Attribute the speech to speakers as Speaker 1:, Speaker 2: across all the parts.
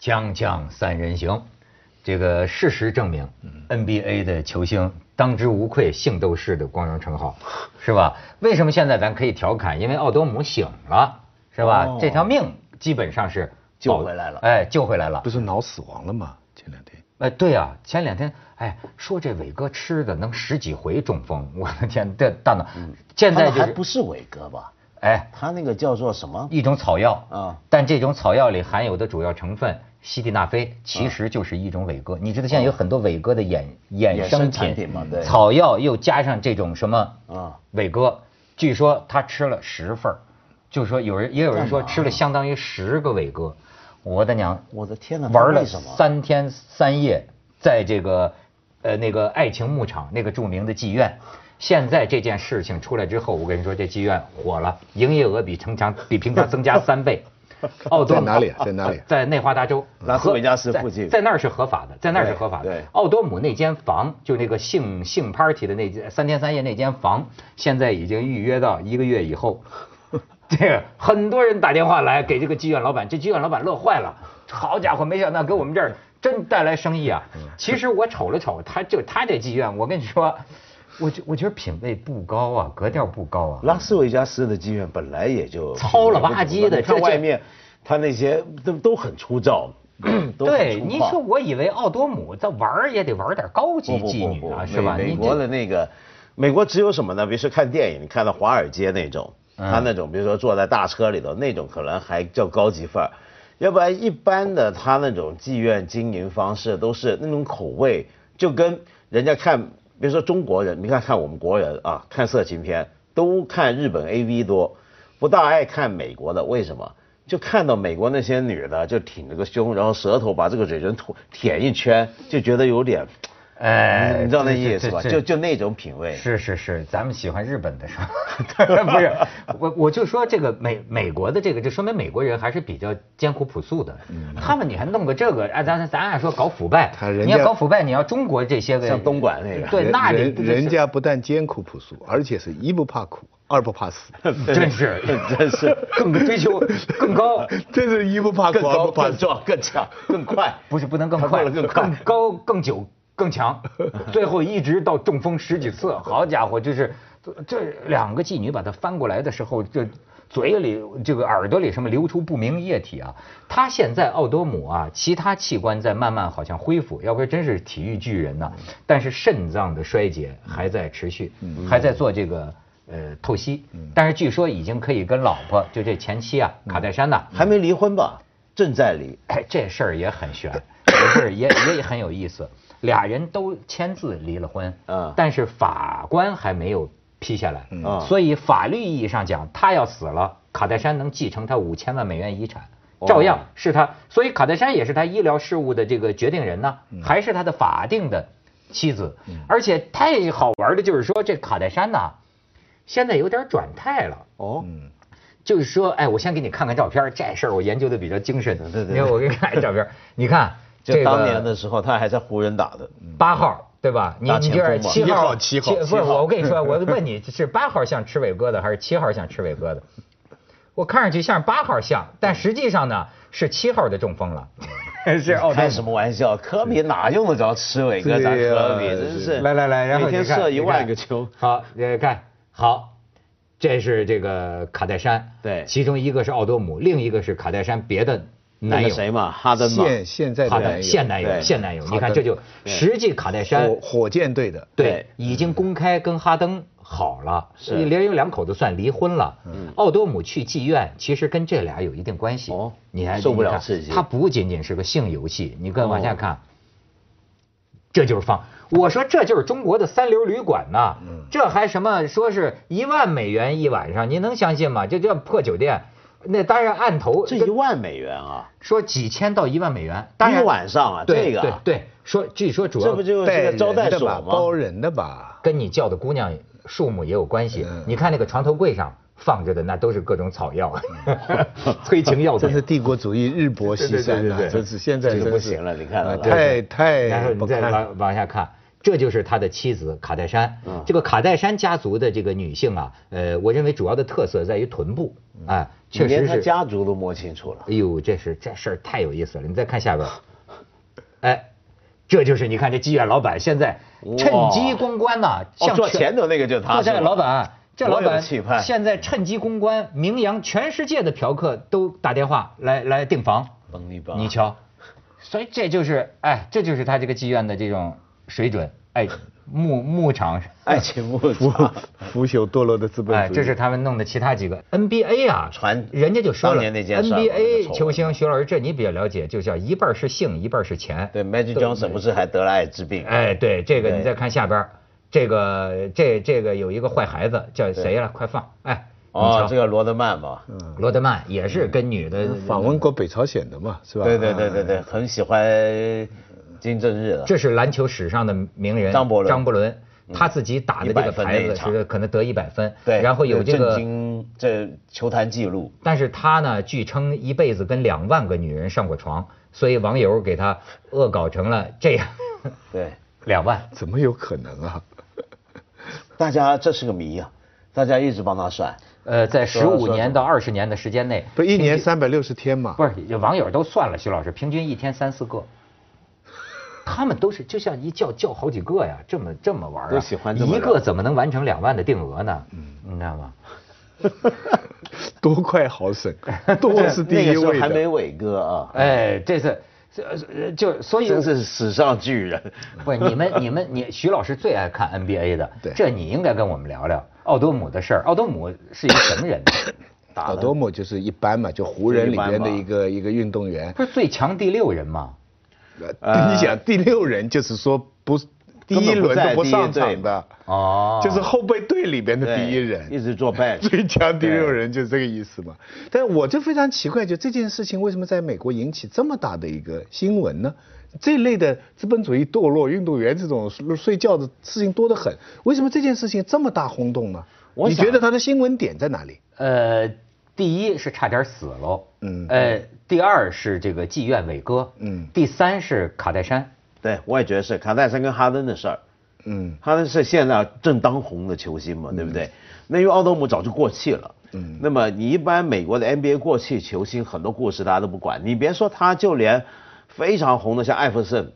Speaker 1: 锵锵三人行，这个事实证明，NBA
Speaker 2: 嗯
Speaker 1: 的球星当之无愧性斗士的光荣称号，是吧？为什么现在咱可以调侃？因为奥多姆醒了，是吧？
Speaker 2: 哦
Speaker 1: 这条命基本上是
Speaker 2: 救
Speaker 1: 保
Speaker 2: 回来了
Speaker 1: 哎，救回来了
Speaker 2: 不。是脑死亡了吗？前两天
Speaker 1: 哎，对啊，前两天哎说这伟哥吃的能十几回中风，我的天，这大脑
Speaker 2: 嗯
Speaker 1: 现在
Speaker 3: 他们
Speaker 1: 就
Speaker 3: 还
Speaker 1: 是
Speaker 3: 不是伟哥吧？
Speaker 1: 哎
Speaker 3: 他那个叫做什么？
Speaker 1: 一种草药
Speaker 3: 啊，
Speaker 1: 但这种草药里含有的主要成分西地那
Speaker 3: 嗯
Speaker 1: 非，其实就是一种伟哥。你知道现在有很多伟哥的衍衍
Speaker 3: 嗯衍
Speaker 1: 生
Speaker 3: 生产品嘛对
Speaker 1: 草药又加上这种什么
Speaker 3: 啊
Speaker 1: 伟哥，据说他吃了十份儿，就说有人也有人说
Speaker 3: 啊
Speaker 1: 吃了相当于十个伟哥，我的娘！
Speaker 3: 我的天哪！
Speaker 1: 玩
Speaker 3: 他
Speaker 1: 了
Speaker 3: 为什么？
Speaker 1: 三天三夜，在这个呃那个爱情牧场那个著名的妓院。现在这件事情出来之后，我跟你说，这妓院火了，营业额比平常比平常增加三 倍。奥多姆呃
Speaker 2: 在哪里啊在哪里啊
Speaker 1: 在内华达州，
Speaker 3: 拉斯
Speaker 1: 合
Speaker 3: 维加斯
Speaker 1: 在
Speaker 3: 附近
Speaker 1: 在那儿是合法的，在那儿是合法的。
Speaker 3: 对对
Speaker 1: 奥多姆那间房，就那个性性 party 的那间三天三夜那间房，现在已经预约到一个月以后。 这个很多人打电话来给这个妓院老板，这妓院老板乐坏了，好家伙，没想到给我们这儿真带来生意啊！
Speaker 3: 嗯
Speaker 1: 其实我瞅了瞅，他就他这妓院，我跟你说， 我觉我觉得品位不高啊，格调不高啊。
Speaker 3: 拉斯维加斯的妓院本来也就
Speaker 1: 糙了吧唧的这
Speaker 3: 你看
Speaker 1: 这
Speaker 3: 外面，他那些都都很粗糙， 都很
Speaker 1: 对，
Speaker 3: 粗
Speaker 1: 你
Speaker 3: 犷
Speaker 1: 说我以为奥多姆在玩儿也得玩点高级
Speaker 3: 不不
Speaker 1: 妓
Speaker 3: 不
Speaker 1: 女
Speaker 3: 不
Speaker 1: 啊，
Speaker 3: 美
Speaker 1: 是吧？
Speaker 3: 美
Speaker 1: 你
Speaker 3: 国
Speaker 1: 这
Speaker 3: 的那个，美国只有什么呢？比如说看电影，你看到华尔街那种，
Speaker 1: 嗯
Speaker 3: 他那种，比如说坐在大车里头那种，可能还叫高级范儿。要不然一般的他那种妓院经营方式都是那种口味，就跟人家看，比如说中国人，你看看我们国人啊，看色情片都看日本 AV 多，不大爱看美国的，为什么？就看到美国那些女的就挺着个胸，然后舌头把这个嘴唇吐舔一圈，就觉得有点
Speaker 1: 哎，
Speaker 3: 你知道那
Speaker 1: 这
Speaker 3: 意思
Speaker 1: 这
Speaker 3: 吧？
Speaker 1: 这
Speaker 3: 就就那种品味，
Speaker 1: 是是是，咱们喜欢日本的是吧？ 不是，我我就说这个美美国的这个，就说明美国人还是比较艰苦朴素的。他们你还弄个这个，哎，咱咱咱按说搞腐败
Speaker 2: 嗯他，人
Speaker 1: 你要
Speaker 2: 家
Speaker 1: 搞腐败，你要中国这些个
Speaker 3: 像东莞那个
Speaker 1: 对，
Speaker 2: 人
Speaker 1: 那你
Speaker 2: 人人家不但艰苦朴素，而且是一不怕苦，二不怕 死，
Speaker 1: 真是
Speaker 3: 真是
Speaker 1: 更追求更高，
Speaker 2: 真是一不怕苦，
Speaker 3: 更
Speaker 2: 二
Speaker 3: 高、
Speaker 2: 不怕
Speaker 3: 更
Speaker 2: 死。
Speaker 3: 壮、更强、更快。
Speaker 1: 不是不能更
Speaker 3: 他
Speaker 1: 快，
Speaker 3: 过得更快
Speaker 1: 高、更久、更 强，最后一直到中风十几次。好家伙，就是这两个妓女把她翻过来的时候，这嘴里、这个耳朵里什么流出不明液体啊！他现在奥多姆啊，其他器官在慢慢好像恢复，要不然真是体育巨人呐、
Speaker 3: 嗯
Speaker 1: 但是肾脏的衰竭还在持续，
Speaker 3: 嗯
Speaker 1: 还在做这个。呃，透析，但是据说已经可以跟老婆，就这前妻啊，
Speaker 3: 嗯
Speaker 1: 卡戴珊呐、
Speaker 3: 还没离婚吧？正在离。
Speaker 1: 哎，这事儿也很悬，这事儿也也很有意思。俩人都签字离了婚，
Speaker 3: 嗯
Speaker 1: 但是法官还没有批下来，
Speaker 3: 嗯
Speaker 1: 所以法律意义上讲，他要死了，卡戴珊能继承他五千万美元遗产，
Speaker 3: 哦
Speaker 1: 照样是他，所以卡戴珊也是他医疗事务的这个决定人呢，
Speaker 3: 嗯
Speaker 1: 还是他的法定的妻子，而且太好玩的就是说，这卡戴珊呐，现在有点转态了。
Speaker 3: 哦，
Speaker 1: 就是说，哎，我先给你看看照片儿，这事儿我研究的比较精深。
Speaker 3: 对对对
Speaker 1: 你看我给你看看照片儿， 你看
Speaker 3: 就当年的时候，他还在湖人打的。
Speaker 1: 八号，对吧？你
Speaker 3: 大
Speaker 1: 你
Speaker 3: 前
Speaker 1: 这是
Speaker 3: 锋嘛
Speaker 1: 七号，
Speaker 2: 七号七号
Speaker 1: 不是
Speaker 2: 七号
Speaker 1: 我，我跟你说，我问你是八号像吃伟哥的，还是七号像吃伟哥的？我看上去像八号像，但实际上呢是七号的中风了，是奥多
Speaker 3: 开
Speaker 1: 姆
Speaker 3: 什么玩笑？科比哪用得着吃伟哥打
Speaker 2: 对呀
Speaker 3: 科比？真是
Speaker 1: 来来来，然后
Speaker 3: 每天
Speaker 1: 你看
Speaker 3: 射一万
Speaker 1: 你看
Speaker 3: 个球。
Speaker 1: 好，呃，看好，这是这个卡戴珊，
Speaker 3: 对
Speaker 1: 其中一个是奥多姆，另一个是卡戴珊别的男
Speaker 3: 那
Speaker 1: 友
Speaker 3: 个谁嘛，哈登嘛。
Speaker 2: 现现在
Speaker 1: 好
Speaker 2: 的
Speaker 1: 的，
Speaker 2: 男友
Speaker 1: 现男友，
Speaker 3: 对
Speaker 1: 现男友，
Speaker 2: 好的
Speaker 1: 你看这就
Speaker 3: 对哦
Speaker 1: 实际卡戴珊
Speaker 2: 火火箭队的，
Speaker 1: 对
Speaker 3: 对
Speaker 1: 已经公开跟哈登好了，
Speaker 3: 是嗯
Speaker 1: 连有两口子算离婚了。奥多姆去妓院其实跟这俩有一定关系。
Speaker 3: 哦
Speaker 1: 你还
Speaker 3: 受不了
Speaker 1: 你看
Speaker 3: 刺激哦
Speaker 1: 它不仅仅是个性游戏，你跟往下看，这就是放。我说这就是中国的三流旅馆呐、
Speaker 3: 嗯
Speaker 1: 这还什么说是一万美元一晚上，您能相信吗？就这破酒店，那当然按头
Speaker 3: 这一万美元啊，
Speaker 1: 说几千到一万美元，当然
Speaker 3: 一晚上啊，
Speaker 1: 对
Speaker 3: 这个
Speaker 1: 对
Speaker 3: 啊
Speaker 1: 对，说据说主要
Speaker 3: 这不就是
Speaker 2: 带
Speaker 3: 这个招待
Speaker 2: 人的
Speaker 3: 所
Speaker 2: 吧，包
Speaker 3: 吗？
Speaker 2: 人的吧，
Speaker 1: 跟你叫的姑娘数目也有关系
Speaker 2: 嗯。
Speaker 1: 你看那个床头柜上放着的那都是各种草药， 催情药
Speaker 2: 嗯真是
Speaker 1: 品。
Speaker 2: 帝国主义日薄西山呐
Speaker 1: 对对对对，对
Speaker 2: 真是现在
Speaker 3: 这
Speaker 2: 真
Speaker 3: 个
Speaker 2: 是
Speaker 3: 不行了你看到了
Speaker 2: 啊太
Speaker 1: 然后
Speaker 2: 太
Speaker 1: 你
Speaker 2: 不
Speaker 1: 再
Speaker 2: 堪了。
Speaker 1: 往往下看，这就是他的妻子卡戴珊
Speaker 3: 嗯。
Speaker 1: 这个卡戴珊家族的这个女性啊，呃，我认为主要的特色在于臀部
Speaker 2: 嗯
Speaker 1: 啊，确
Speaker 3: 连
Speaker 1: 实
Speaker 3: 他
Speaker 1: 是。
Speaker 3: 家族都摸清楚了。
Speaker 1: 哎呦，这是这事儿太有意思了！你再看下边儿，哎，这就是你看这妓院老板现在趁机公关呐、
Speaker 3: 哦
Speaker 1: 像
Speaker 3: 坐
Speaker 1: 全
Speaker 3: 前头那个就是他
Speaker 1: 坐下
Speaker 3: 是吧
Speaker 1: 老板，啊这老
Speaker 3: 多有
Speaker 1: 板
Speaker 3: 气派
Speaker 1: 现在趁机公关，名扬全世界的嫖客都打电话来来订房，
Speaker 3: 蹦迪吧
Speaker 1: 你瞧，所以这就是哎，这就是他这个妓院的这种水准，哎， 牧牧场。
Speaker 3: 爱情牧
Speaker 2: 腐
Speaker 3: 场，
Speaker 2: 腐朽堕落的资本
Speaker 1: 哎，
Speaker 2: 主义。
Speaker 1: 这是他们弄的其他几个 NBA 啊，
Speaker 3: 传
Speaker 1: 人家就说
Speaker 3: 当
Speaker 1: 了
Speaker 3: 年那件事儿那个丑
Speaker 1: ，NBA
Speaker 3: 闻
Speaker 1: 球星徐老师，这你比较了解，就叫一半是性，一半是钱。
Speaker 3: 对，Magic Johnson 不是还得了艾滋病？
Speaker 1: 哎，对，这个
Speaker 3: 对
Speaker 1: 你再看下边儿，这个这这个有一个坏孩子叫谁了？快放，哎，你
Speaker 3: 哦嗯
Speaker 1: 瞧，，
Speaker 3: 这个罗德曼吧，
Speaker 1: 罗德曼也是跟女的，
Speaker 2: 访问过北朝鲜的嘛，是吧？
Speaker 3: 对对对对对，很喜欢金正日的。
Speaker 1: 这是篮球史上的名人
Speaker 3: 张伯伦
Speaker 1: 张伯伦。他自己打的这
Speaker 3: 100
Speaker 1: 个
Speaker 3: 分
Speaker 1: 牌
Speaker 3: 那一
Speaker 1: 子
Speaker 3: 场
Speaker 1: 是可能得一百分，
Speaker 3: 对，
Speaker 1: 然后有这个
Speaker 3: 震惊这球坛记录，
Speaker 1: 但是他呢，据称一辈子跟两万个女人上过床，所以网友给他恶搞成了这样，
Speaker 3: 对，
Speaker 1: 两万。
Speaker 2: 怎么有可能啊？
Speaker 3: 大家这是个谜啊，大家一直帮他算。
Speaker 1: 呃，在
Speaker 3: 说
Speaker 1: 十
Speaker 3: 说
Speaker 1: 五年到二十年的时间内，
Speaker 2: 不，一
Speaker 1: 平均
Speaker 2: 年三百六十天嘛。
Speaker 1: 不是网友都算了，徐老师平均一天三四个，他们都是就像一叫叫好几个呀，这么这么玩啊，
Speaker 3: 都喜欢这么嗯
Speaker 1: 一
Speaker 3: 聊
Speaker 1: 个怎么能完成两万的定额呢？你知道吗？
Speaker 2: 多快好省，多是 第
Speaker 3: 那
Speaker 2: 一
Speaker 3: 个时候
Speaker 2: 位
Speaker 3: 还没
Speaker 2: 的。
Speaker 3: 伟哥啊，
Speaker 1: 哎，这次呃就所以
Speaker 3: 真是史上巨人。
Speaker 1: 不是你们，你们，你徐老师最爱看 NBA 的，
Speaker 2: 对
Speaker 1: 这你应该跟我们聊聊奥多姆的事儿。奥多姆是一个什么人？
Speaker 2: 打多姆就是一般嘛，就湖人里边的一个一个运动员。
Speaker 1: 不是最强第六人吗？
Speaker 2: 呃你想第六人就是说不第一轮都不上场的，
Speaker 1: 哦，
Speaker 2: 就是后备队里边的第一
Speaker 3: 对一
Speaker 2: 人。
Speaker 3: 直做 bench，
Speaker 2: 最强第六人就这个意思嘛，但我就非常奇怪，就这件事情为什么在美国引起这么大的一个新闻呢？这类的资本主义堕落运动员这种睡觉的事情多得很，为什么这件事情这么大轰动呢？
Speaker 3: 我
Speaker 2: 你
Speaker 3: 想
Speaker 2: 觉得它的新闻点在哪里？
Speaker 1: 呃，第一是差点死喽，
Speaker 2: 嗯
Speaker 1: 呃，第二是这个妓院伟哥，
Speaker 2: 嗯
Speaker 1: 第三是卡戴珊，
Speaker 3: 对我也觉得是卡戴珊跟哈登的事儿。
Speaker 2: 嗯，
Speaker 3: 哈登是现在正当红的球星嘛，对不对？那因为奥多姆早就过气了。嗯，那么你一般美国的 NBA 过气球星很多故事大家都不管，你别说他，就连非常红的像艾弗森，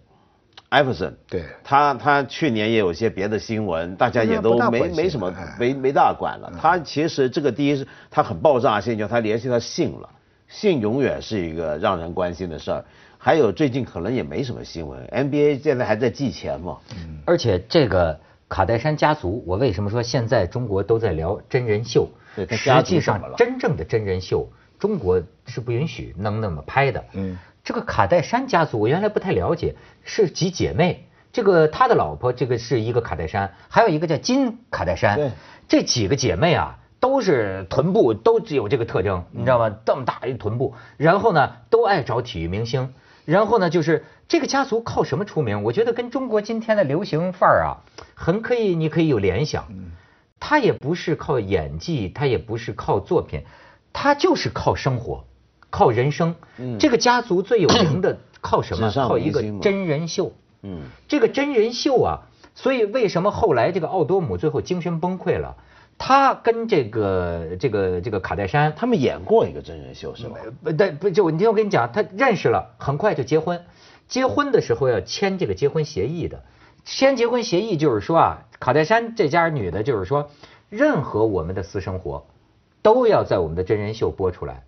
Speaker 3: 艾弗森，
Speaker 2: 对
Speaker 3: 他他去年也有一些别的新闻，大家
Speaker 2: 那
Speaker 3: 也都
Speaker 2: 不大
Speaker 3: 没
Speaker 2: 关心
Speaker 3: 没什么
Speaker 2: 哎
Speaker 3: 没没大管了。他其实这个第一是他很爆炸性，就他联系到性了，性永远是一个让人关心的事儿。还有最近可能也没什么新闻，NBA 现在还在季前嘛，
Speaker 1: 而且这个卡戴珊家族，我为什么说现在中国都在聊真人秀
Speaker 3: 对？他家
Speaker 1: 实
Speaker 3: 族
Speaker 1: 际
Speaker 3: 怎么
Speaker 1: 上
Speaker 3: 了，
Speaker 1: 真正的真人秀，中国是不允许能那么拍的。
Speaker 2: 嗯，
Speaker 1: 这个卡戴珊家族，我原来不太了解，是几姐妹？这个她的老婆，这个是一个卡戴珊，还有一个叫金卡戴
Speaker 3: 对
Speaker 1: 珊。这几个姐妹啊，都是臀部都只有这个特征，你知道吗？这么大一臀部，然后呢，都爱找体育明星，然后呢，就是这个家族靠什么出名？我觉得跟中国今天的流行范儿啊，很可以，你可以有联想。他也不是靠演技，他也不是靠作品，他就是靠生活，靠人生。这个家族 最有名的靠什么？
Speaker 3: 嗯纸上
Speaker 1: 靠一个
Speaker 3: 明星嘛
Speaker 1: 真人秀。
Speaker 3: 嗯。
Speaker 1: 这个真人秀啊，所以为什么后来这个奥多姆最后精神崩溃了？他跟这个这个这个卡戴珊，
Speaker 3: 他们演过一个真人秀是吧？
Speaker 1: 不，呃但不就你听我跟你讲，他认识了，很快就结婚。结婚的时候要签这个结婚协议的，签结婚协议就是说啊，卡戴珊这家女的就是说，任何我们的私生活，都要在我们的真人秀播出来，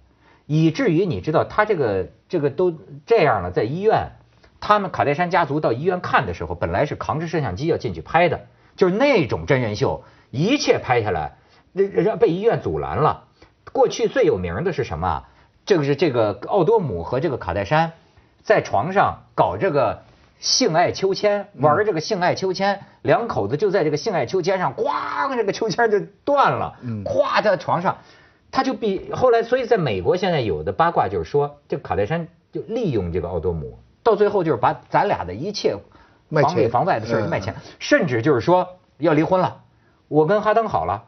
Speaker 1: 以至于你知道她这个这个都这样了，在医院，他们卡戴珊家族到医院看的时候，本来是扛着摄像机要进去拍的，就是那种真人秀，一切拍下来，那让被医院阻拦了。过去最有名的是什么啊？这个是这个奥多姆和这个卡戴珊在床上搞这个性爱秋千，玩这个性爱秋千，两口子就在这个性爱秋千上，咣，这个秋千就断了，咵在床上，他就比后来，所以在美国现在有的八卦就是说，这卡戴珊就利用这个奥多姆，到最后就是把咱俩的一切
Speaker 2: 卖
Speaker 1: 房里
Speaker 2: 钱
Speaker 1: 房外的事儿
Speaker 2: 嗯
Speaker 1: 卖钱，甚至就是说要离婚了，我跟哈登好了。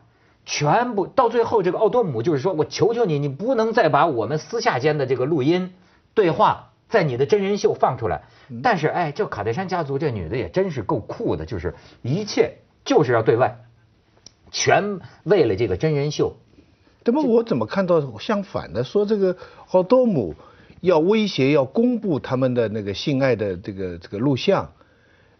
Speaker 1: 全部到最后，这个奥多姆就是说，我求求你，你不能再把我们私下间的这个录音对话在你的真人秀放出来。但是哎，这卡戴珊家族这女的也真是够酷的，就是一切就是要对外，全为了这个真人秀。
Speaker 2: 那么我怎么看到相反的？说这个奥多姆要威胁要公布他们的那个性爱的这个这个录像，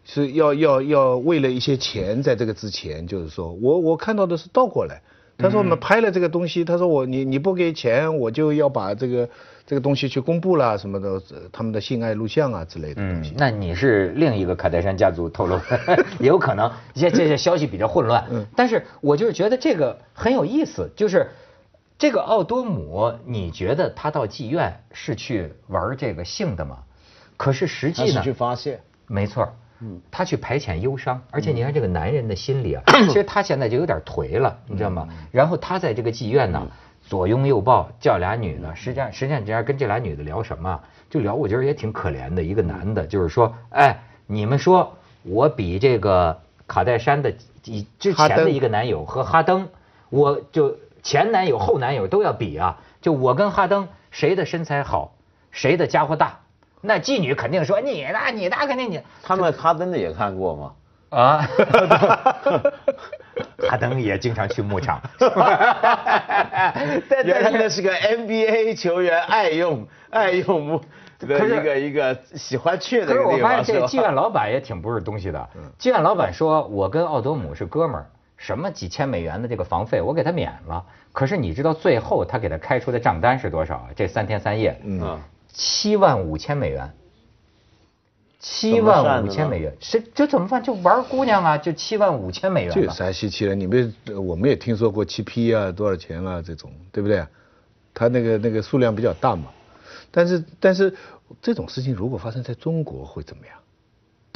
Speaker 2: 是要要要为了一些钱，在这个之前就是说我我看到的是倒过来。他说我们拍了这个东西，他说我你你不给钱，我就要把这个这个东西去公布啦什么的，呃他们的性爱录像啊之类的东
Speaker 1: 嗯
Speaker 2: 西。，
Speaker 1: 那你是另一个卡戴珊家族透露的， 也有可能，这这这消息比较混乱。
Speaker 3: 嗯
Speaker 1: 但是我就是觉得这个很有意思，就是这个奥多姆，你觉得他到妓院是去玩这个性的吗？可是实
Speaker 3: 他
Speaker 1: 际
Speaker 3: 是
Speaker 1: 呢
Speaker 3: 去，发泄。
Speaker 1: 没错儿，他去排遣忧伤，而且你看这个男人的心理啊，其实他现在就有点颓了，你知道吗？嗯然后他在这个妓院呢，左拥右抱，叫俩女的，实际上实际上这样跟这俩女的聊什么啊？就聊我觉得也挺可怜的，一个男的，就是说，哎，你们说我比这个卡戴珊的以之
Speaker 2: 哈
Speaker 1: 前的
Speaker 2: 登
Speaker 1: 一个男友和哈登，我就前男友后男友都要比啊，就我跟哈登谁的身材好，谁的家伙大。那妓女肯定说你那你那肯定你，
Speaker 3: 他们哈登的也看过 吗？
Speaker 1: 啊， 哈登也经常去牧场，对
Speaker 3: 原来那是个 NBA 球员，爱用爱用的
Speaker 1: 嗯可是
Speaker 3: 一个一个喜欢去的
Speaker 1: 可
Speaker 3: 一
Speaker 1: 是
Speaker 3: 个
Speaker 1: 我
Speaker 3: 地
Speaker 1: 发
Speaker 3: 方，
Speaker 1: 现这个妓
Speaker 3: 是吧？嗯
Speaker 1: 院老板也挺不是东西的。妓院老板说：“我跟奥多姆是哥们儿，什么几千美元的这个房费我给他免了。”可是你知道最后他给他开出的账单是多少啊？这三天三夜，
Speaker 3: 嗯，
Speaker 1: 七万五千美元。七
Speaker 3: 怎么
Speaker 1: 万
Speaker 3: 算
Speaker 1: 五
Speaker 3: 的
Speaker 1: 千
Speaker 3: 呢
Speaker 1: 美元，这这怎么算？就玩姑娘啊，就七万五千美元
Speaker 2: 这有
Speaker 1: 了
Speaker 2: 啥稀奇的？你们呃我们也听说过七 P 啊，多少钱啦、这种，对不对？它那个那个数量比较大嘛。但是但是这种事情如果发生在中国会怎么样？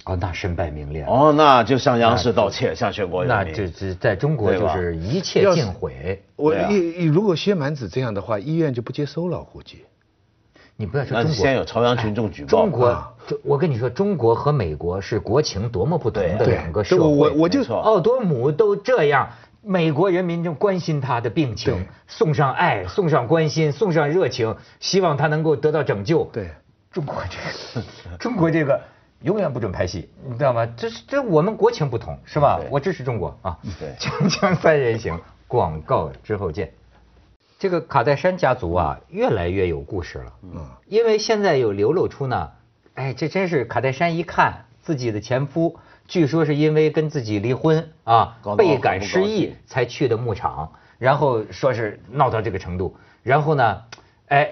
Speaker 1: 哦，那身败名裂了。
Speaker 3: 哦，那就向央视道歉，向全国人
Speaker 1: 那
Speaker 3: 民。
Speaker 1: 这这在中国
Speaker 3: 对
Speaker 1: 就
Speaker 3: 吧
Speaker 1: 是一切
Speaker 2: 要是
Speaker 1: 尽毁。
Speaker 2: 我
Speaker 3: 对啊
Speaker 2: 一、一如果薛蛮子这样的话，医院就不接收了，估计。
Speaker 1: 你不要说
Speaker 3: 那
Speaker 1: 中国，
Speaker 3: 先有朝阳群众举报。啊
Speaker 1: 中国，这我跟你说，中国和美国是国情多么不同的
Speaker 3: 对
Speaker 1: 两个
Speaker 2: 这
Speaker 1: 社会。
Speaker 2: 我我我就
Speaker 3: 没错
Speaker 1: 奥多姆都这样，美国人民正关心他的病情
Speaker 2: 对，
Speaker 1: 送上爱，送上关心，送上热情，希望他能够得到拯救。
Speaker 2: 对，
Speaker 1: 中国这个， 中国这个永远不准拍戏，你知道吗？这是这我们国情不同，是吧
Speaker 3: 对？
Speaker 1: 我支持中国啊！
Speaker 3: 对
Speaker 1: 锵锵三人行，广告之后见。这个卡戴珊家族啊，越来越有故事了。嗯，因为现在有流露出呢，哎，这真是卡戴珊一看自己的前夫，据说是因为跟自己离婚啊
Speaker 3: 搞，得
Speaker 1: 倍
Speaker 3: 好
Speaker 1: 感
Speaker 3: 不高
Speaker 1: 失意
Speaker 3: 兴
Speaker 1: 才去的牧场，然后说是闹到这个程度，然后呢，哎，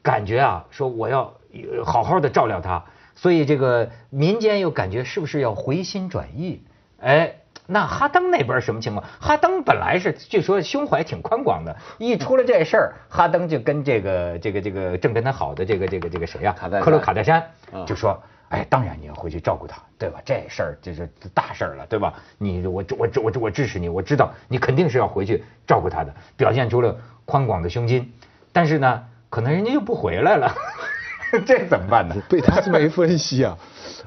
Speaker 1: 感觉啊，说我要呃好好的照料他，所以这个民间又感觉是不是要回心转意？哎，那哈登那边什么情况？哈登本来是据说胸怀挺宽广的，一出了这事儿，哈登就跟这个这个这个正跟他好的这个这个这个谁呀、
Speaker 3: 卡戴珊
Speaker 1: 克鲁卡戴珊
Speaker 3: 啊
Speaker 1: 就说。哎，当然你要回去照顾他，对吧？这事儿这是大事儿了，对吧？你我我我我支持你，我知道你肯定是要回去照顾他的，表现出了宽广的胸襟。但是呢，可能人家就不回来了， 这怎么办呢？
Speaker 2: 被他这么一分析啊，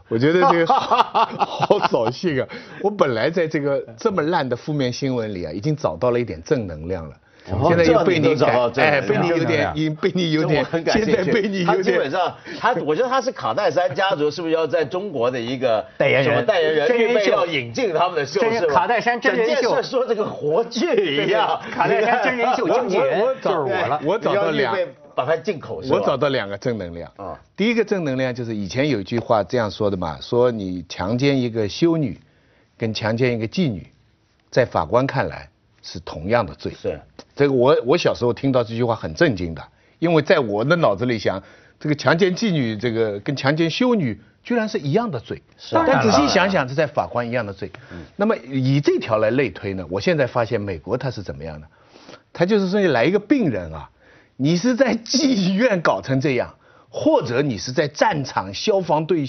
Speaker 2: 我觉得 这个好扫兴啊！我本来在这个这么烂的负面新闻里啊，已经找到了一点正能量了。
Speaker 3: 哦
Speaker 2: 现在又被
Speaker 3: 这
Speaker 2: 你
Speaker 3: 你都找到
Speaker 2: 感，
Speaker 3: 正能量
Speaker 2: 哎，被你有
Speaker 1: 正能
Speaker 2: 点
Speaker 1: 量，
Speaker 2: 已被你有点
Speaker 3: 这我很，感
Speaker 2: 现
Speaker 3: 兴
Speaker 2: 在
Speaker 3: 趣。
Speaker 2: 被你
Speaker 3: 他
Speaker 2: 有
Speaker 3: 基
Speaker 2: 点
Speaker 3: 本，上，他我觉得他是卡戴珊家族是不是要在中国的一个
Speaker 1: 代言人
Speaker 3: 什么代言人
Speaker 1: 真人
Speaker 3: 预备
Speaker 1: 秀
Speaker 3: 要引进他们的秀
Speaker 1: 真人
Speaker 3: 是吧？
Speaker 1: 卡戴珊真人
Speaker 3: 整件
Speaker 1: 秀
Speaker 3: 事说这个活剧一样，
Speaker 1: 对对卡戴珊真人秀经纪人就是我了
Speaker 2: 我找到两
Speaker 3: 你要预备把它进口是吧？
Speaker 2: 我找到两个正能量。
Speaker 3: 啊
Speaker 2: 第一个正能量就是以前有一句话这样说的嘛，说你强奸一个修女，跟强奸一个妓女，在法官看来是同样的罪。
Speaker 3: 是
Speaker 2: 这个我我小时候听到这句话很震惊的，因为在我的脑子里想，这个强奸妓女这个跟强奸修女居然是一样的罪。
Speaker 3: 是啊
Speaker 2: 但仔细想想，这在法官一样的罪。
Speaker 3: 嗯
Speaker 2: 那么以这条来类推呢，我现在发现美国它是怎么样的？他就是说你来一个病人啊，你是在妓院搞成这样，或者你是在战场消防队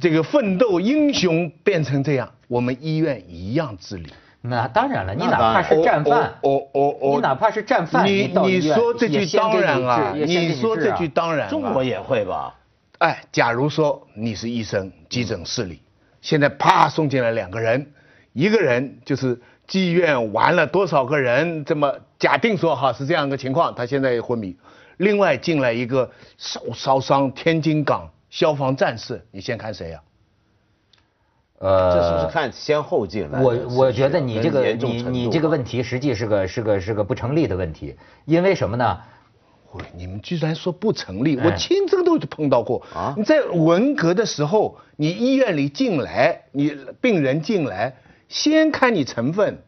Speaker 2: 这个奋斗英雄变成这样，我们医院一样治理。
Speaker 1: 那当然了，你
Speaker 3: 那
Speaker 1: 哪
Speaker 3: 当
Speaker 1: 怕
Speaker 3: 然
Speaker 1: 是战犯，
Speaker 2: 哦哦哦，
Speaker 1: 你哪怕是战犯，
Speaker 2: 你
Speaker 1: 到医院
Speaker 2: 说这
Speaker 1: 也
Speaker 2: 句
Speaker 1: 先给
Speaker 2: 当
Speaker 1: 你
Speaker 2: 然啊，
Speaker 1: 治也先给
Speaker 2: 说
Speaker 1: 治
Speaker 2: 这
Speaker 1: 啊
Speaker 2: 句当然啊，
Speaker 3: 中国也会吧？
Speaker 2: 哎，假如说你是医生，急诊室里，现在啪送进来两个人，一个人就是妓院玩了多少个人，这么假定说哈是这样一个情况，他现在昏迷，另外进来一个受烧伤天津港消防战士，你先看谁呀、啊
Speaker 1: 呃，
Speaker 3: 这是不是看先后进来的？
Speaker 1: 我
Speaker 3: 是不是
Speaker 1: 我觉得你这
Speaker 3: 跟
Speaker 1: 个
Speaker 3: 严重
Speaker 1: 你
Speaker 3: 程
Speaker 1: 你
Speaker 3: 度
Speaker 1: 这个问题实际是个是个是个不成立的问题，因为什么呢？
Speaker 2: 我你们居然说不成立，
Speaker 1: 哎
Speaker 2: 我亲身都碰到过
Speaker 3: 啊
Speaker 2: 你在文革的时候，你医院里进来，你病人进来，先看你成分，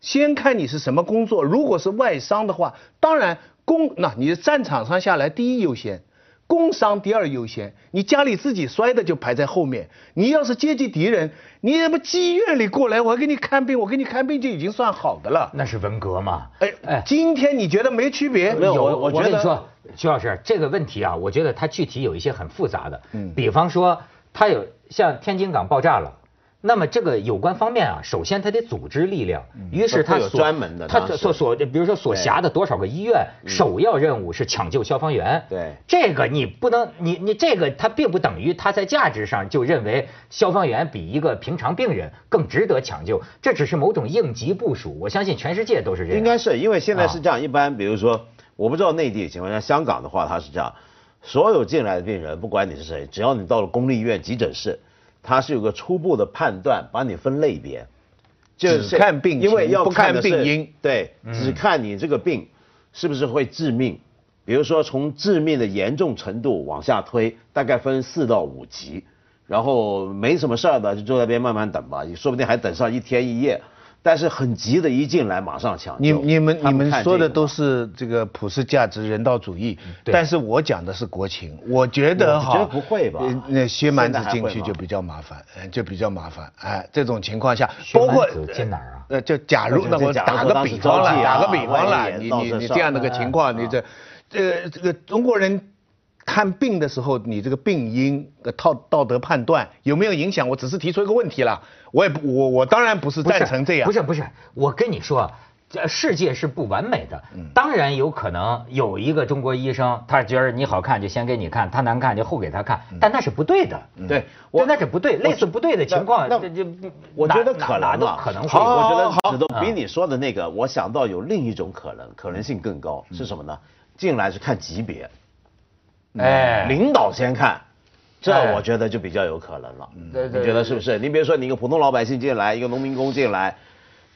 Speaker 2: 先看你是什么工作。如果是外伤的话，当然工那你战场上下来第一优先，工伤第二优先，你家里自己摔的就排在后面。你要是接济敌人，你怎么医院里过来，我还给你看病，我给你看病就已经算好的了。
Speaker 1: 那是文革嘛？
Speaker 2: 哎哎，今天你觉得没区别？
Speaker 3: 没有我我觉
Speaker 1: 跟你
Speaker 3: 得
Speaker 1: 说，徐老师这个问题啊，我觉得它具体有一些很复杂的，
Speaker 3: 嗯
Speaker 1: 比方说它有像天津港爆炸了。那么这个有关方面啊，首先它得组织力量，于是
Speaker 3: 嗯它
Speaker 1: 它
Speaker 3: 有
Speaker 1: 所
Speaker 3: 专门的
Speaker 1: 它
Speaker 3: 当时
Speaker 1: 所所比如说所辖的多少个医院，首要任务是抢救消防员。
Speaker 3: 嗯对
Speaker 1: 这个你不能，你你这个它并不等于它在价值上就认为消防员比一个平常病人更值得抢救，这只是某种应急部署。我相信全世界都是这样。
Speaker 3: 应该是因为现
Speaker 2: 啊
Speaker 3: 在是这样，一般比如说，我不知道内地的情况下，香港的话它是这样，所有进来的病人，不管你是谁，只要你到了公立医院急诊室，它是有个初步的判断，把你分类别，
Speaker 2: 只看病情
Speaker 3: 因为要的是
Speaker 2: 不看病因，嗯
Speaker 3: 对，只看你这个病是不是会致命。比如说，从致命的严重程度往下推，大概分四到五级，然后没什么事儿的就坐在那边慢慢等吧，说不定还等上一天一夜。但是很急的，一进来马上抢
Speaker 2: 你
Speaker 3: 救。
Speaker 2: 你们
Speaker 3: 他
Speaker 2: 你们
Speaker 3: 看这
Speaker 2: 说的
Speaker 3: 个嗯
Speaker 2: 都是这个普世价值、人道主义，
Speaker 1: 对
Speaker 2: 但是我讲的是国情。我觉得
Speaker 3: 我
Speaker 2: 哈，
Speaker 3: 觉得不会吧
Speaker 2: 呃那薛蛮子
Speaker 3: 现在还
Speaker 2: 进
Speaker 3: 会
Speaker 2: 去
Speaker 3: 吗
Speaker 2: 就比较麻烦，呃就比较麻烦。哎，这种情况下，
Speaker 1: 薛
Speaker 2: 包
Speaker 1: 蛮
Speaker 2: 括
Speaker 1: 子进哪儿啊
Speaker 2: 呃，就假如
Speaker 3: 那
Speaker 2: 那
Speaker 3: 就
Speaker 2: 我
Speaker 3: 假如
Speaker 2: 打
Speaker 3: 说
Speaker 2: 个
Speaker 3: 当时
Speaker 2: 比方
Speaker 3: 着急
Speaker 2: 了，打
Speaker 3: 啊
Speaker 2: 个比方
Speaker 3: 万
Speaker 2: 了，
Speaker 3: 一
Speaker 2: 你
Speaker 3: 闹
Speaker 2: 你
Speaker 3: 出
Speaker 2: 你
Speaker 3: 事
Speaker 2: 这样
Speaker 3: 儿啊
Speaker 2: 的个
Speaker 3: 来
Speaker 2: 情况，你这，呃，这个中国人。看病的时候，你这个病因、呃道道德判断有没有影响？我只是提出一个问题了，我也不，我我当然不是
Speaker 1: 不是
Speaker 2: 赞成这样。
Speaker 1: 不是不是，我跟你说，这世界是不完美的，
Speaker 3: 嗯
Speaker 1: 当然有可能有一个中国医生，他觉得你好看就先给你看，他难看就后给他看，但那是不对的。
Speaker 3: 对
Speaker 1: 对
Speaker 3: 嗯我
Speaker 1: 那是不对，类似不对的情况，
Speaker 3: 那
Speaker 1: 这这
Speaker 3: 我
Speaker 1: 哪
Speaker 3: 觉得
Speaker 1: 哪
Speaker 3: 可能
Speaker 1: 哪
Speaker 3: 啊，
Speaker 1: 都可能会
Speaker 3: 好，
Speaker 1: 有。
Speaker 3: 我觉得只都比你说的那个，我想到有另一种可能，可能性更高是什么呢？进来是看级别，嗯
Speaker 1: 哎，
Speaker 3: 领导先看，这
Speaker 1: 哎
Speaker 3: 我觉得就比较有可能了。嗯
Speaker 1: 对对
Speaker 3: 你觉得是不是？你比如说你一个普通老百姓进来，一个农民工进来，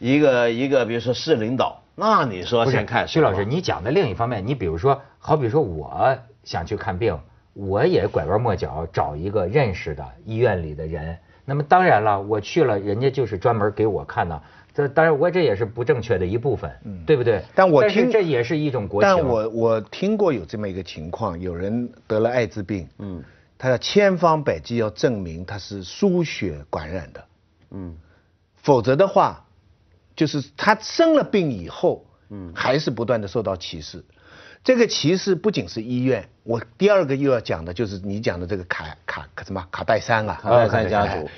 Speaker 3: 一个一个比如说市领导，那你说
Speaker 1: 不是
Speaker 3: 先看
Speaker 1: 徐老师，
Speaker 3: 你
Speaker 1: 你讲的另一方面，你比如说，好比说我想去看病，我也拐弯抹角找一个认识的医院里的人。那么当然了，我去了，人家就是专门给我看的。这当然，我这也是不正确的一部分，对不对？
Speaker 2: 但我
Speaker 1: 是
Speaker 2: 听
Speaker 1: 这也是一种国情。啊
Speaker 2: 但我我听过有这么一个情况，有人得了艾滋病，嗯，他要千方百计要证明他是输血感染的，
Speaker 3: 嗯，
Speaker 2: 否则的话，就是他生了病以后，嗯，还是不断的受到歧视。这个歧视不仅是医院，我第二个又要讲的就是你讲的这个卡卡卡什么卡戴珊啊，
Speaker 3: 看看家
Speaker 2: 哎
Speaker 3: 族，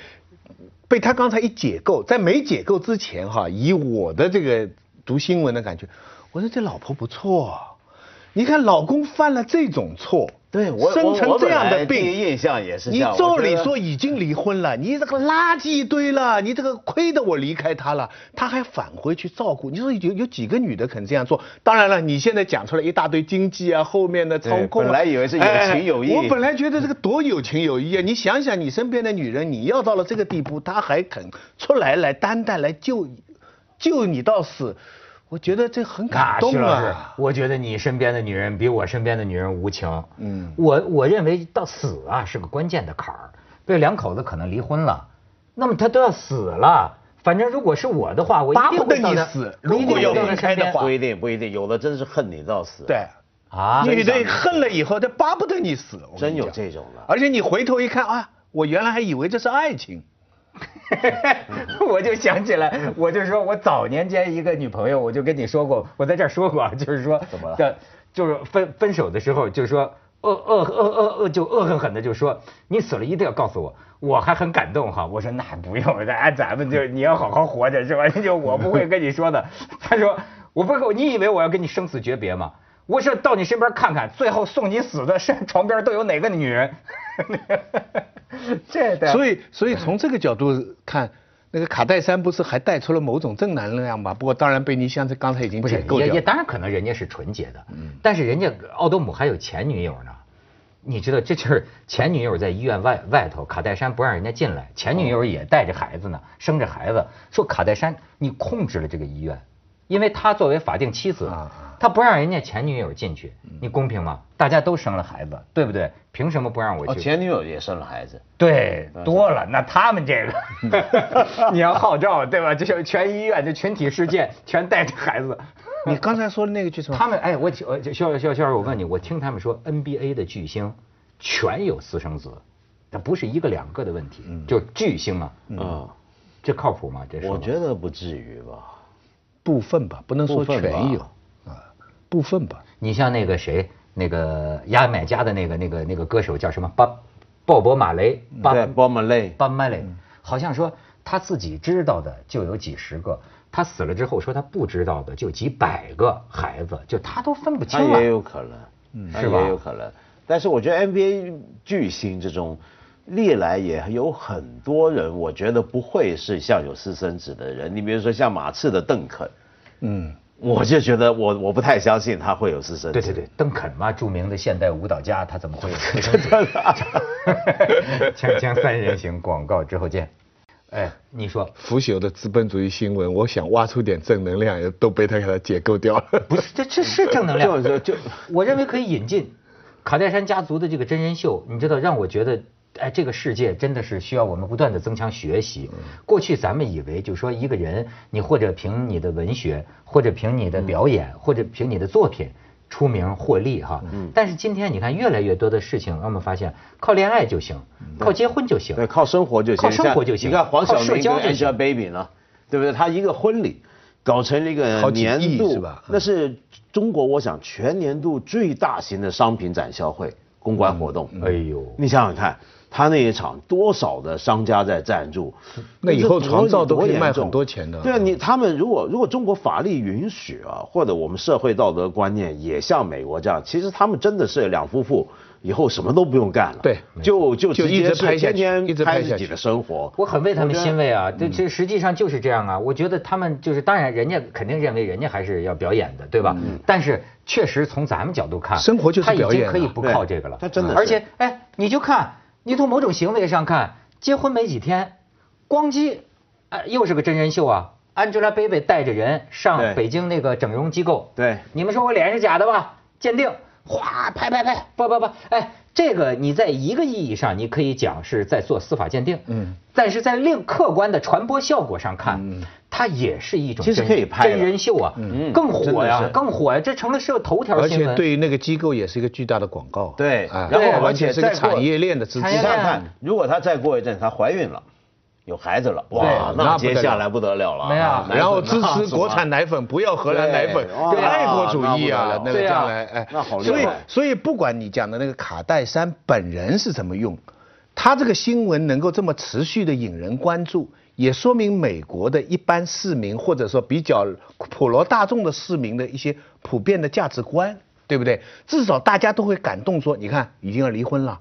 Speaker 2: 被他刚才一解构，在没解构之前哈，以我的这个读新闻的感觉，我说这老婆不错啊，你看老公犯了这种错，
Speaker 3: 对我
Speaker 2: 生成
Speaker 3: 我
Speaker 2: 这样
Speaker 3: 我
Speaker 2: 的
Speaker 3: 本来
Speaker 2: 病，
Speaker 3: 第一印象也是这
Speaker 2: 你
Speaker 3: 样
Speaker 2: 照
Speaker 3: 我
Speaker 2: 理
Speaker 3: 觉得
Speaker 2: 说已经离婚了，你这个垃圾一堆了，你这个亏得我离开他了，他还返回去照顾，你说有有几个女的肯这样做？当然了，你现在讲出来一大堆经济啊，后面的操控、啊，
Speaker 3: 本来以为是有情有义
Speaker 2: 哎我本来觉得这个多有情有义啊！你想想，你身边的女人，你要到了这个地步，她还肯出来来担待来救，救你到死，我觉得这很
Speaker 1: 啊
Speaker 2: 感，动
Speaker 1: 徐老师
Speaker 2: 啊，。
Speaker 1: 我觉得你身边的女人比我身边的女人无情。嗯，我我认为到死啊是个关键的坎儿。这两口子可能离婚了，那么他都要死了。反正如果是我的话，我一
Speaker 2: 巴
Speaker 1: 定
Speaker 2: 不
Speaker 1: 会
Speaker 2: 得
Speaker 1: 到
Speaker 2: 你
Speaker 1: 他
Speaker 2: 死
Speaker 1: 我一
Speaker 2: 如
Speaker 1: 定
Speaker 2: 果
Speaker 1: 会
Speaker 2: 要
Speaker 1: 到他
Speaker 2: 分
Speaker 1: 身
Speaker 2: 开的
Speaker 1: 边
Speaker 2: 话
Speaker 3: 不一定不一定，有的真是恨你到死。
Speaker 2: 对。
Speaker 1: 啊，
Speaker 2: 女的恨了以后，她巴不得你死。我跟
Speaker 3: 真
Speaker 2: 你
Speaker 3: 有
Speaker 2: 讲
Speaker 3: 这种的
Speaker 2: 而且你回头一看啊，我原来还以为这是爱情。
Speaker 1: 我就想起来，我就说我早年间一个女朋友，我就跟你说过，我在这儿说过啊，就是说
Speaker 3: 怎么了
Speaker 1: 的，就是分分手的时候，就是说恶恶恶恶恶，就恶狠狠的就说你死了一定要告诉我，我还很感动哈。我说那不用，咱咱们就你要好好活着是吧？就我不会跟你说的。他说我不会，你以为我要跟你生死诀别吗？我是到你身边看看，最后送你死的身床边都有哪个女人？这的
Speaker 2: 啊所以，所以从这个角度看，那个卡戴珊不是还带出了某种正能量吧？不过当然被尼香刚才已经
Speaker 1: 不是
Speaker 2: 解构
Speaker 1: 也
Speaker 2: 掉
Speaker 1: 也
Speaker 2: 了。
Speaker 1: 当然可能人家是纯洁的，
Speaker 4: 嗯
Speaker 1: 但是人家奥多姆还有前女友呢，你知道这就是前女友在医院外外头，卡戴珊不让人家进来，前女友也带着孩子呢，生着孩子，说卡戴珊你控制了这个医院，因为她作为法定妻子
Speaker 2: 啊，
Speaker 1: 她不让人家前女友进去，
Speaker 4: 嗯
Speaker 1: 你公平吗？大家都生了孩子，对不对？凭什么不让我
Speaker 3: 哦，
Speaker 1: 去？
Speaker 3: 前女友也生了孩子，
Speaker 4: 对，多了。那他们这 个， 你要号召对吧？就是全医院这群体事件，全带着孩子。
Speaker 2: 你刚才说的那个剧什么？
Speaker 1: 他们哎，我听呃，肖肖肖，我问你，我听他们说 NBA 的巨星全有私生子，那不是一个两个的问题，就巨星啊，
Speaker 3: 嗯，
Speaker 1: 这靠谱吗？这是
Speaker 3: 我觉得不至于吧。
Speaker 2: 部分吧，不能说
Speaker 3: 部分吧
Speaker 2: 全有啊，部分吧。
Speaker 1: 你像那个谁，那个牙买加的那个那个那个歌手叫什么巴鲍勃马雷巴
Speaker 3: 对 b o m l e
Speaker 1: 巴麦雷，好像说他自己知道的就有几十个。他死了之后说他不知道的就几百个孩子，就他都分不
Speaker 3: 他
Speaker 1: 清了。
Speaker 3: 也有可能，嗯
Speaker 1: 是吧
Speaker 3: 也有可能。但是我觉得 NBA 巨星这种，历来也有很多人，我觉得不会是像有私生子的人。你比如说像马刺的邓肯，
Speaker 2: 嗯，
Speaker 3: 我就觉得我我不太相信他会有私生子。
Speaker 1: 对对对，邓肯嘛，著名的现代舞蹈家，他怎么 会有私生子？
Speaker 3: 啊
Speaker 1: 锵锵三人行，广告之后见。哎，你说
Speaker 2: 腐朽的资本主义新闻，我想挖出点正能量，也都被他给他解构掉了。
Speaker 1: 不是这这是正能量？
Speaker 3: 就就就
Speaker 1: 我认为可以引进卡戴珊家族的这个真人秀，你知道让我觉得。哎，这个世界真的是需要我们不断的增强学习。过去咱们以为，就说一个人，你或者凭你的文学，或者凭你的表演，或者凭你的作品出名获利哈。但是今天你看，越来越多的事情，让我们发现靠恋爱就行，靠结婚就行。
Speaker 3: 对，靠生活就行，
Speaker 1: 靠生活就行
Speaker 3: 你看黄晓
Speaker 1: 靠社
Speaker 3: 明跟
Speaker 1: 交就行
Speaker 3: Angelababy 呢，对不对？她一个婚礼搞成了一
Speaker 2: 好
Speaker 3: 个
Speaker 2: 几亿
Speaker 3: 年度，
Speaker 2: 是吧嗯
Speaker 3: 那是中国我想全年度最大型的商品展销会公关活
Speaker 2: 嗯
Speaker 3: 动。
Speaker 1: 哎呦，
Speaker 3: 你想想看，他那一场多少的商家在赞助？
Speaker 2: 那以后
Speaker 3: 这
Speaker 2: 床罩都可以
Speaker 3: 多严
Speaker 2: 卖
Speaker 3: 重
Speaker 2: 很多钱的嗯
Speaker 3: 对啊，你他们如果如果中国法律允许啊，或者我们社会道德观念也像美国这样，其实他们真的是两夫妇以后什么都不用干了，
Speaker 2: 对
Speaker 3: 就就
Speaker 2: 就
Speaker 3: 直
Speaker 2: 一
Speaker 3: 接
Speaker 2: 直
Speaker 3: 是
Speaker 2: 拍下
Speaker 3: 天天
Speaker 2: 去一直拍
Speaker 3: 拍
Speaker 2: 下
Speaker 3: 自己
Speaker 2: 去
Speaker 3: 的生活。
Speaker 1: 我很为他们
Speaker 3: 觉得嗯
Speaker 1: 欣慰啊，这这实际上就是这样啊。我觉得他们就是，当然人家肯定认为人家还是要表演的，对吧？
Speaker 3: 嗯
Speaker 1: 但是确实从咱们角度看，
Speaker 2: 生活就是
Speaker 1: 他已
Speaker 2: 表演
Speaker 1: 经
Speaker 2: 啊
Speaker 1: 可以不靠这个了。
Speaker 3: 对他真的是
Speaker 1: 而且，哎，你就看，你从某种行为上看，结婚没几天，光机，哎，又是个真人秀啊。Angelababy 带着人
Speaker 3: 对
Speaker 1: 上北京那个整容机构，
Speaker 3: 对
Speaker 1: 你们说我脸是假的吧？鉴定，哗，拍拍拍，不不不，哎，这个你在一个意义上，你可以讲是在做司法鉴定，
Speaker 2: 嗯，
Speaker 1: 但是在另客观的传播效果上看，它也是一种
Speaker 3: 嗯其实
Speaker 1: 真
Speaker 3: 可以拍的
Speaker 1: 真人秀啊，
Speaker 3: 嗯
Speaker 1: 更火
Speaker 3: 真的
Speaker 1: 呀
Speaker 3: 是，
Speaker 1: 更火呀，这成了社头条
Speaker 2: 而
Speaker 1: 新
Speaker 2: 且
Speaker 1: 闻。
Speaker 2: 对于那个机构也是一个巨大的广告。
Speaker 3: 对
Speaker 2: 啊，
Speaker 3: 然
Speaker 1: 后
Speaker 2: 完全是个
Speaker 3: 而且再过
Speaker 2: 产业链的支持
Speaker 1: 产
Speaker 3: 你
Speaker 1: 业
Speaker 3: 想
Speaker 1: 链
Speaker 3: 想看，如果她再过一阵，她怀孕了，有孩子了，哇
Speaker 2: 对，那
Speaker 3: 那
Speaker 2: 不得
Speaker 3: 接
Speaker 2: 了
Speaker 3: 下来不得了了啊。
Speaker 1: 没啊
Speaker 3: 那
Speaker 2: 然后支
Speaker 3: 那
Speaker 2: 持
Speaker 3: 是
Speaker 2: 国
Speaker 3: 吧
Speaker 2: 产奶粉，不要荷兰奶粉，
Speaker 3: 对哇
Speaker 2: 对爱国主义啊，
Speaker 3: 那不得了
Speaker 2: 那个
Speaker 1: 对啊
Speaker 2: 将来哎，
Speaker 3: 那好厉害
Speaker 2: 所以所以不管你讲的那个卡戴珊本人是怎么用，他这个新闻能够这么持续的引人关注，也说明美国的一般市民或者说比较普罗大众的市民的一些普遍的价值观，对不对？至少大家都会感动说，你看已经要离婚了，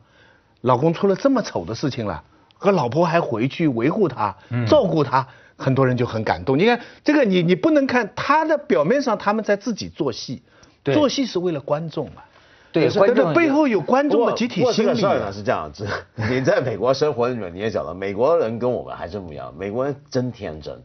Speaker 2: 老公出了这么丑的事情了，和老婆还回去维护他，照顾他，很多人就很感动。你看这个你，你不能看他的表面上他们在自己做戏，
Speaker 1: 对
Speaker 2: 做戏是为了观众嘛，
Speaker 1: 对，
Speaker 2: 可是
Speaker 1: 观
Speaker 2: 这
Speaker 1: 众
Speaker 2: 个背后有观
Speaker 3: 不
Speaker 2: 众
Speaker 3: 过
Speaker 2: 的集体
Speaker 3: 不过
Speaker 2: 心
Speaker 3: 这个
Speaker 2: 理
Speaker 3: 事
Speaker 2: 啊、
Speaker 3: 儿呢是这样子， 你在美国生活里面你也讲了，美国人跟我们还是不一样，美国人真天真。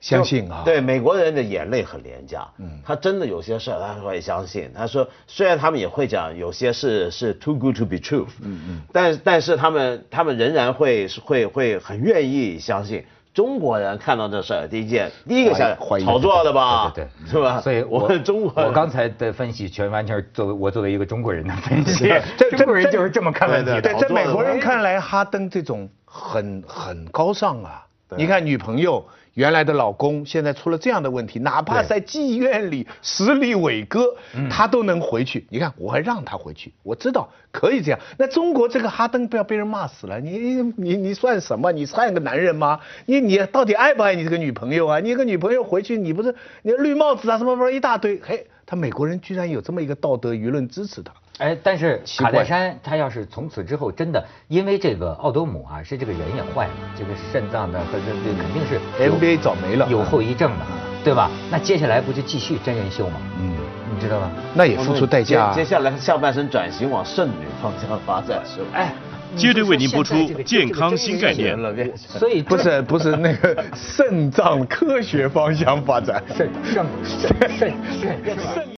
Speaker 2: 相信啊，，
Speaker 3: 对美国人的眼泪很廉价，嗯，他真的有些事儿他会相信。他说，虽然他们也会讲有些事是 too good to be true，嗯嗯，但但是他们他们仍然会会会很愿意相信。中国人看到这事儿，第一件第一个想
Speaker 2: 怀疑怀疑
Speaker 3: 炒作的吧，
Speaker 1: 对对，
Speaker 3: 是吧？
Speaker 1: 啊所以
Speaker 3: 我们中国
Speaker 1: 我
Speaker 3: 人
Speaker 1: 刚才的分析全完全是作为我作为一个中国人的分 析，
Speaker 2: 这
Speaker 1: 中国人就是这么看问题的。
Speaker 2: 对，在
Speaker 3: 好多
Speaker 2: 美国
Speaker 3: 的
Speaker 2: 人看来，哈登这种很很高尚啊。你看女朋友原来的老公，现在出了这样的问题，哪怕在妓院里十里伟哥，
Speaker 1: 嗯
Speaker 2: 他都能回去。你看，我还让他回去，我知道可以这样。那中国这个哈登不要被人骂死了，你你你你算什么？你算个男人吗？你你到底爱不爱你这个女朋友啊？你这个女朋友回去，你不是你绿帽子啊什么什么一大堆，嘿，他美国人居然有这么一个道德舆论支持他。
Speaker 1: 哎，但是
Speaker 2: 奇
Speaker 1: 卡戴
Speaker 2: 怪
Speaker 1: 珊他要是从此之后真的因为这个奥多姆啊，是这个人也坏了，这个肾脏的和这这肯定是有
Speaker 2: NBA 早没了
Speaker 1: 有后遗症的，对吧？那接下来不就继续真人秀吗？
Speaker 2: 嗯，
Speaker 1: 你知道吧？
Speaker 2: 那也付出代价啊
Speaker 3: 接接。下来下半身转型往剩女方向发展是吧？哎，
Speaker 5: 接着为您播
Speaker 6: 你说
Speaker 5: 出
Speaker 6: 现在这个
Speaker 5: 健康新概
Speaker 3: 变
Speaker 5: 念。
Speaker 3: 了变成。
Speaker 1: 所以
Speaker 2: 不是不是那个肾脏科学方向发展，
Speaker 1: 肾肾肾肾肾。